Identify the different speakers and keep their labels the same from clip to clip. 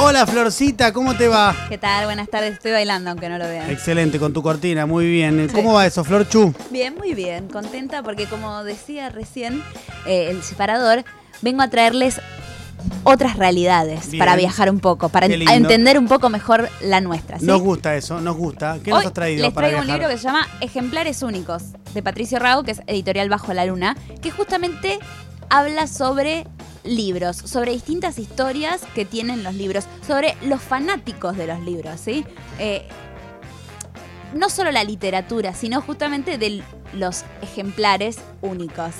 Speaker 1: Hola Florcita, ¿cómo te va?
Speaker 2: ¿Qué tal? Buenas tardes. Estoy bailando, aunque no lo vean.
Speaker 1: Excelente, con tu cortina, muy bien. ¿Cómo va eso, Florchu?
Speaker 2: Bien, muy bien. Contenta porque, como decía recién eh, el separador, vengo a traerles otras realidades
Speaker 1: Bien.
Speaker 2: para viajar un poco, para
Speaker 1: Qué
Speaker 2: en-
Speaker 1: lindo.
Speaker 2: a entender un poco mejor la nuestra. ¿sí?
Speaker 1: Nos gusta eso, nos gusta. ¿Qué
Speaker 2: Hoy
Speaker 1: nos has traído
Speaker 2: Les
Speaker 1: para
Speaker 2: traigo un
Speaker 1: viajar?
Speaker 2: libro que se llama Ejemplares Únicos, de Patricio Rago, que es editorial Bajo la Luna, que justamente habla sobre libros, sobre distintas historias que tienen los libros, sobre los fanáticos de los libros, ¿sí? Eh, no solo la literatura, sino justamente de los ejemplares únicos.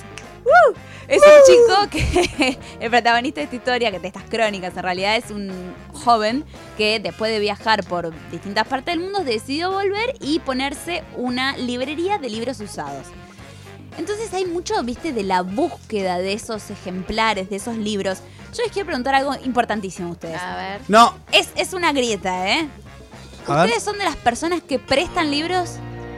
Speaker 2: ¡Woo! Es un chico que el protagonista de esta historia, que de estas crónicas en realidad es un joven que después de viajar por distintas partes del mundo decidió volver y ponerse una librería de libros usados. Entonces hay mucho, viste, de la búsqueda de esos ejemplares, de esos libros. Yo les quiero preguntar algo importantísimo a ustedes.
Speaker 3: A ver.
Speaker 1: No,
Speaker 2: Es, es una grieta, ¿eh?
Speaker 1: A ver.
Speaker 2: ¿Ustedes son de las personas que prestan libros?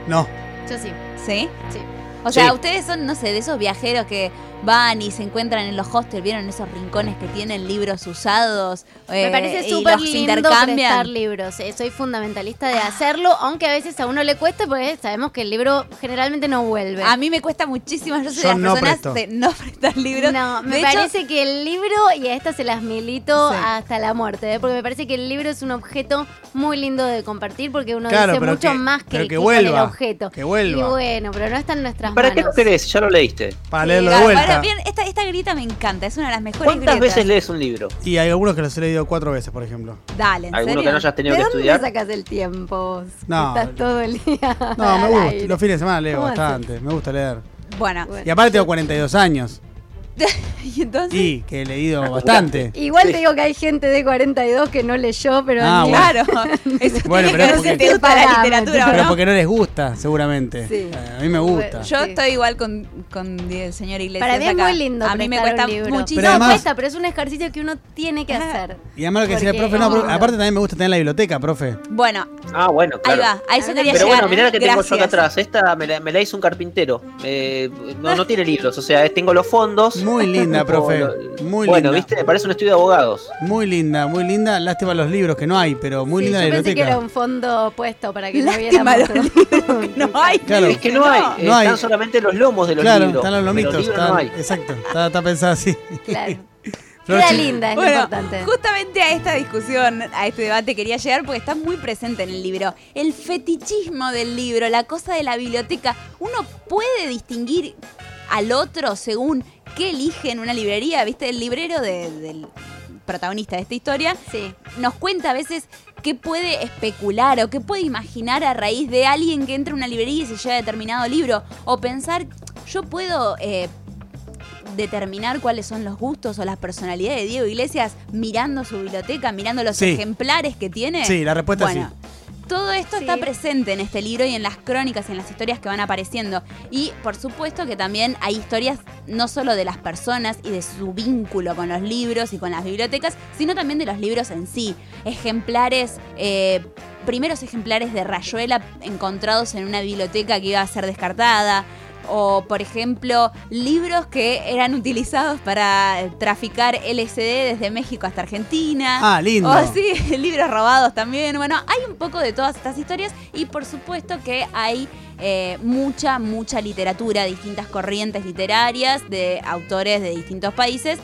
Speaker 1: no.
Speaker 3: Yo sí.
Speaker 2: ¿Sí?
Speaker 3: Sí.
Speaker 2: O sea,
Speaker 1: Sí.
Speaker 2: ustedes son, no sé, de esos viajeros que van y se encuentran en los hostels, vieron esos rincones que tienen libros usados. eh,
Speaker 3: Me parece
Speaker 2: y
Speaker 3: súper
Speaker 2: los
Speaker 3: lindo prestar libros. Eh, Soy fundamentalista de hacerlo, aunque a veces a uno le cuesta porque sabemos que el libro generalmente no vuelve.
Speaker 2: A mí me cuesta muchísimo, yo soy
Speaker 1: Yo
Speaker 2: de las
Speaker 1: no
Speaker 2: personas
Speaker 1: presto.
Speaker 2: de no prestar libros.
Speaker 3: No, me
Speaker 2: de hecho,
Speaker 3: parece que el libro, y a estas se las milito
Speaker 2: Sí.
Speaker 3: hasta la muerte, ¿eh? porque me parece que el libro es un objeto muy lindo de compartir porque uno
Speaker 1: Claro,
Speaker 3: dice
Speaker 1: pero
Speaker 3: mucho
Speaker 1: que-
Speaker 3: más que,
Speaker 1: pero que
Speaker 3: que con el
Speaker 1: vuelva,
Speaker 3: objeto.
Speaker 1: que vuelva.
Speaker 3: Y bueno, pero no está en nuestras
Speaker 4: ¿Para qué
Speaker 3: manos.
Speaker 4: lo querés? Ya lo leíste.
Speaker 1: Para
Speaker 3: Sí,
Speaker 1: leerlo de
Speaker 2: claro,
Speaker 1: vuelta.
Speaker 2: ahora bien, esta, esta grita me encanta, es una de las mejores
Speaker 4: ¿Cuántas
Speaker 2: grietas.
Speaker 4: veces lees un libro?
Speaker 1: Y hay algunos que los he leído cuatro veces, por ejemplo.
Speaker 2: Dale, ¿en
Speaker 4: ¿Alguno
Speaker 2: serio?
Speaker 4: que no hayas tenido
Speaker 3: ¿De
Speaker 4: que
Speaker 3: dónde
Speaker 4: estudiar?
Speaker 3: sacas el tiempo? vos?
Speaker 1: No.
Speaker 3: Estás todo el día.
Speaker 1: No, me
Speaker 3: al
Speaker 1: gusta.
Speaker 3: aire.
Speaker 1: Los fines de semana leo
Speaker 3: ¿Cómo haces?
Speaker 1: bastante, me gusta leer.
Speaker 2: Bueno,
Speaker 3: Bueno.
Speaker 1: Y aparte tengo 42 años.
Speaker 2: y entonces...
Speaker 1: Y que he leído bastante.
Speaker 3: Igual te
Speaker 4: Sí.
Speaker 3: digo que hay gente de 42 que no leyó, pero
Speaker 1: Ah,
Speaker 3: ni-
Speaker 1: bueno.
Speaker 2: Claro, eso
Speaker 1: Bueno,
Speaker 2: tiene
Speaker 1: pero
Speaker 2: que
Speaker 1: porque-
Speaker 2: ver si te gusta la
Speaker 3: Parámetro.
Speaker 2: literatura,
Speaker 1: Pero
Speaker 2: ¿no?
Speaker 1: porque no les gusta, seguramente.
Speaker 3: Sí.
Speaker 1: Eh, a mí me gusta.
Speaker 3: Bueno,
Speaker 2: Yo
Speaker 3: Sí.
Speaker 2: estoy igual con, con el señor Iglesias.
Speaker 3: Para mí es
Speaker 2: acá.
Speaker 3: muy lindo.
Speaker 2: A mí me
Speaker 3: prestar
Speaker 2: cuesta
Speaker 3: un libro.
Speaker 2: muchísimo.
Speaker 1: Pero además-
Speaker 3: no cuesta, pero es un ejercicio que uno tiene que
Speaker 2: Ah.
Speaker 3: hacer.
Speaker 1: Y además lo que decía el
Speaker 3: Porque-
Speaker 1: profe, no, pero
Speaker 3: no.
Speaker 1: aparte también me gusta tener la biblioteca, profe.
Speaker 2: Bueno,
Speaker 4: Ah, bueno,
Speaker 2: ahí
Speaker 4: claro.
Speaker 2: va, a eso
Speaker 3: Pero
Speaker 2: quería
Speaker 4: Pero
Speaker 2: llegar.
Speaker 4: bueno, mirá la que tengo yo acá
Speaker 2: Gracias.
Speaker 4: atrás. Esta me la, me la hizo un carpintero. Eh, no, no tiene libros, o sea, tengo los fondos.
Speaker 1: Muy linda,
Speaker 4: O
Speaker 1: profe.
Speaker 4: lo-
Speaker 1: Muy linda.
Speaker 4: bueno, viste, me parece un estudio de abogados.
Speaker 1: Muy linda, muy linda. Lástima los libros que no hay, pero muy
Speaker 3: Sí,
Speaker 1: linda
Speaker 3: yo
Speaker 1: la
Speaker 3: pensé que
Speaker 1: biblioteca.
Speaker 3: era un fondo puesto para que
Speaker 2: Lástima
Speaker 3: no
Speaker 2: los
Speaker 3: viéramos.
Speaker 2: libros que no hay.
Speaker 1: Claro.
Speaker 4: Es que no, hay, eh,
Speaker 1: No hay.
Speaker 4: están solamente los lomos de los
Speaker 1: Claro,
Speaker 4: libros.
Speaker 1: están los lomitos.
Speaker 4: Pero libros
Speaker 1: están-
Speaker 4: no hay.
Speaker 1: Exacto, está, está pensado así.
Speaker 2: Eh,
Speaker 3: Claro.
Speaker 1: Flor,
Speaker 3: Queda
Speaker 1: sí.
Speaker 3: linda, es lo
Speaker 2: Bueno,
Speaker 3: importante.
Speaker 2: justamente a esta discusión, a este debate quería llegar porque está muy presente en el libro. El fetichismo del libro, la cosa de la biblioteca. Uno puede distinguir al otro según qué elige en una librería. ¿Viste? El librero de- del protagonista de esta historia
Speaker 3: Sí.
Speaker 2: nos cuenta a veces qué puede especular o qué puede imaginar a raíz de alguien que entra a una librería y se lleva determinado libro. O pensar, yo puedo eh, determinar cuáles son los gustos o las personalidades de Diego Iglesias mirando su biblioteca, mirando los
Speaker 1: Sí.
Speaker 2: ejemplares que tiene.
Speaker 1: Sí, la respuesta
Speaker 2: bueno,
Speaker 1: sí.
Speaker 2: todo esto
Speaker 3: Sí.
Speaker 2: está presente en este libro y en las crónicas y en las historias que van apareciendo. Y por supuesto que también hay historias no solo de las personas y de su vínculo con los libros y con las bibliotecas, sino también de los libros en sí. Ejemplares, eh, primeros ejemplares de Rayuela encontrados en una biblioteca que iba a ser descartada. O, por ejemplo, libros que eran utilizados para eh, traficar LSD desde México hasta Argentina.
Speaker 1: Ah, lindo.
Speaker 2: Oh, sí, libros robados también. Bueno, hay un poco de todas estas historias y por supuesto que hay eh, mucha, mucha literatura, distintas corrientes literarias de autores de distintos países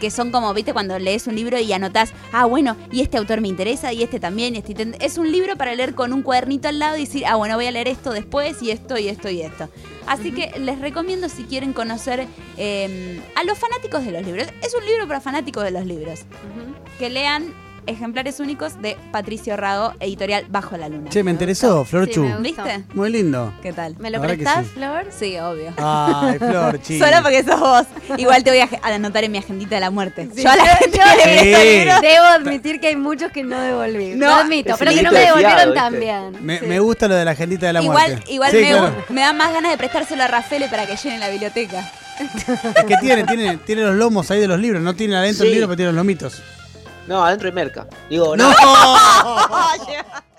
Speaker 2: que son como, viste, cuando lees un libro y anotás, ah, bueno, y este autor me interesa, y este también, y este... ten-". Es un libro para leer con un cuadernito al lado y decir, ah, bueno, voy a leer esto después, y esto, y esto, y esto. Así que les recomiendo si quieren conocer eh, a los fanáticos de los libros. Es un libro para fanáticos de los libros
Speaker 3: Ujú.
Speaker 2: que lean Ejemplares Únicos de Patricio Rago, editorial Bajo la Luna.
Speaker 1: Che, me interesó,
Speaker 3: Sí,
Speaker 1: Florchu.
Speaker 3: me gusta.
Speaker 2: ¿Viste?
Speaker 1: muy lindo.
Speaker 2: ¿Qué tal?
Speaker 3: ¿Me lo
Speaker 1: La verdad que
Speaker 3: prestás,
Speaker 1: sí.
Speaker 3: Flor?
Speaker 2: Sí, obvio.
Speaker 1: Ay, Florchi.
Speaker 2: Solo porque sos vos. Igual te voy a a anotar en mi agendita de la muerte.
Speaker 3: Sí,
Speaker 2: Yo a la
Speaker 3: yo-
Speaker 2: gente
Speaker 3: yo-
Speaker 2: que le presto
Speaker 1: Sí.
Speaker 2: libros-
Speaker 3: Debo admitir que hay muchos que no devolví.
Speaker 2: No,
Speaker 3: No, admito,
Speaker 4: es
Speaker 3: pero
Speaker 4: un
Speaker 3: que no
Speaker 4: grito
Speaker 3: me
Speaker 4: de fiado,
Speaker 3: devolvieron
Speaker 4: ¿viste?
Speaker 3: también.
Speaker 1: Me,
Speaker 3: Sí.
Speaker 1: me gusta lo de la agendita de la
Speaker 2: Igual,
Speaker 1: muerte.
Speaker 2: igual
Speaker 1: Sí,
Speaker 2: me,
Speaker 1: claro.
Speaker 2: me da más ganas de prestárselo a Rafael para que llene la biblioteca.
Speaker 1: Es que tiene, tiene, tiene los lomos ahí de los libros. No tiene adentro el
Speaker 4: Sí.
Speaker 1: libro, pero tiene los lomitos.
Speaker 4: No, adentro hay merca. Digo, no.
Speaker 1: ¡No!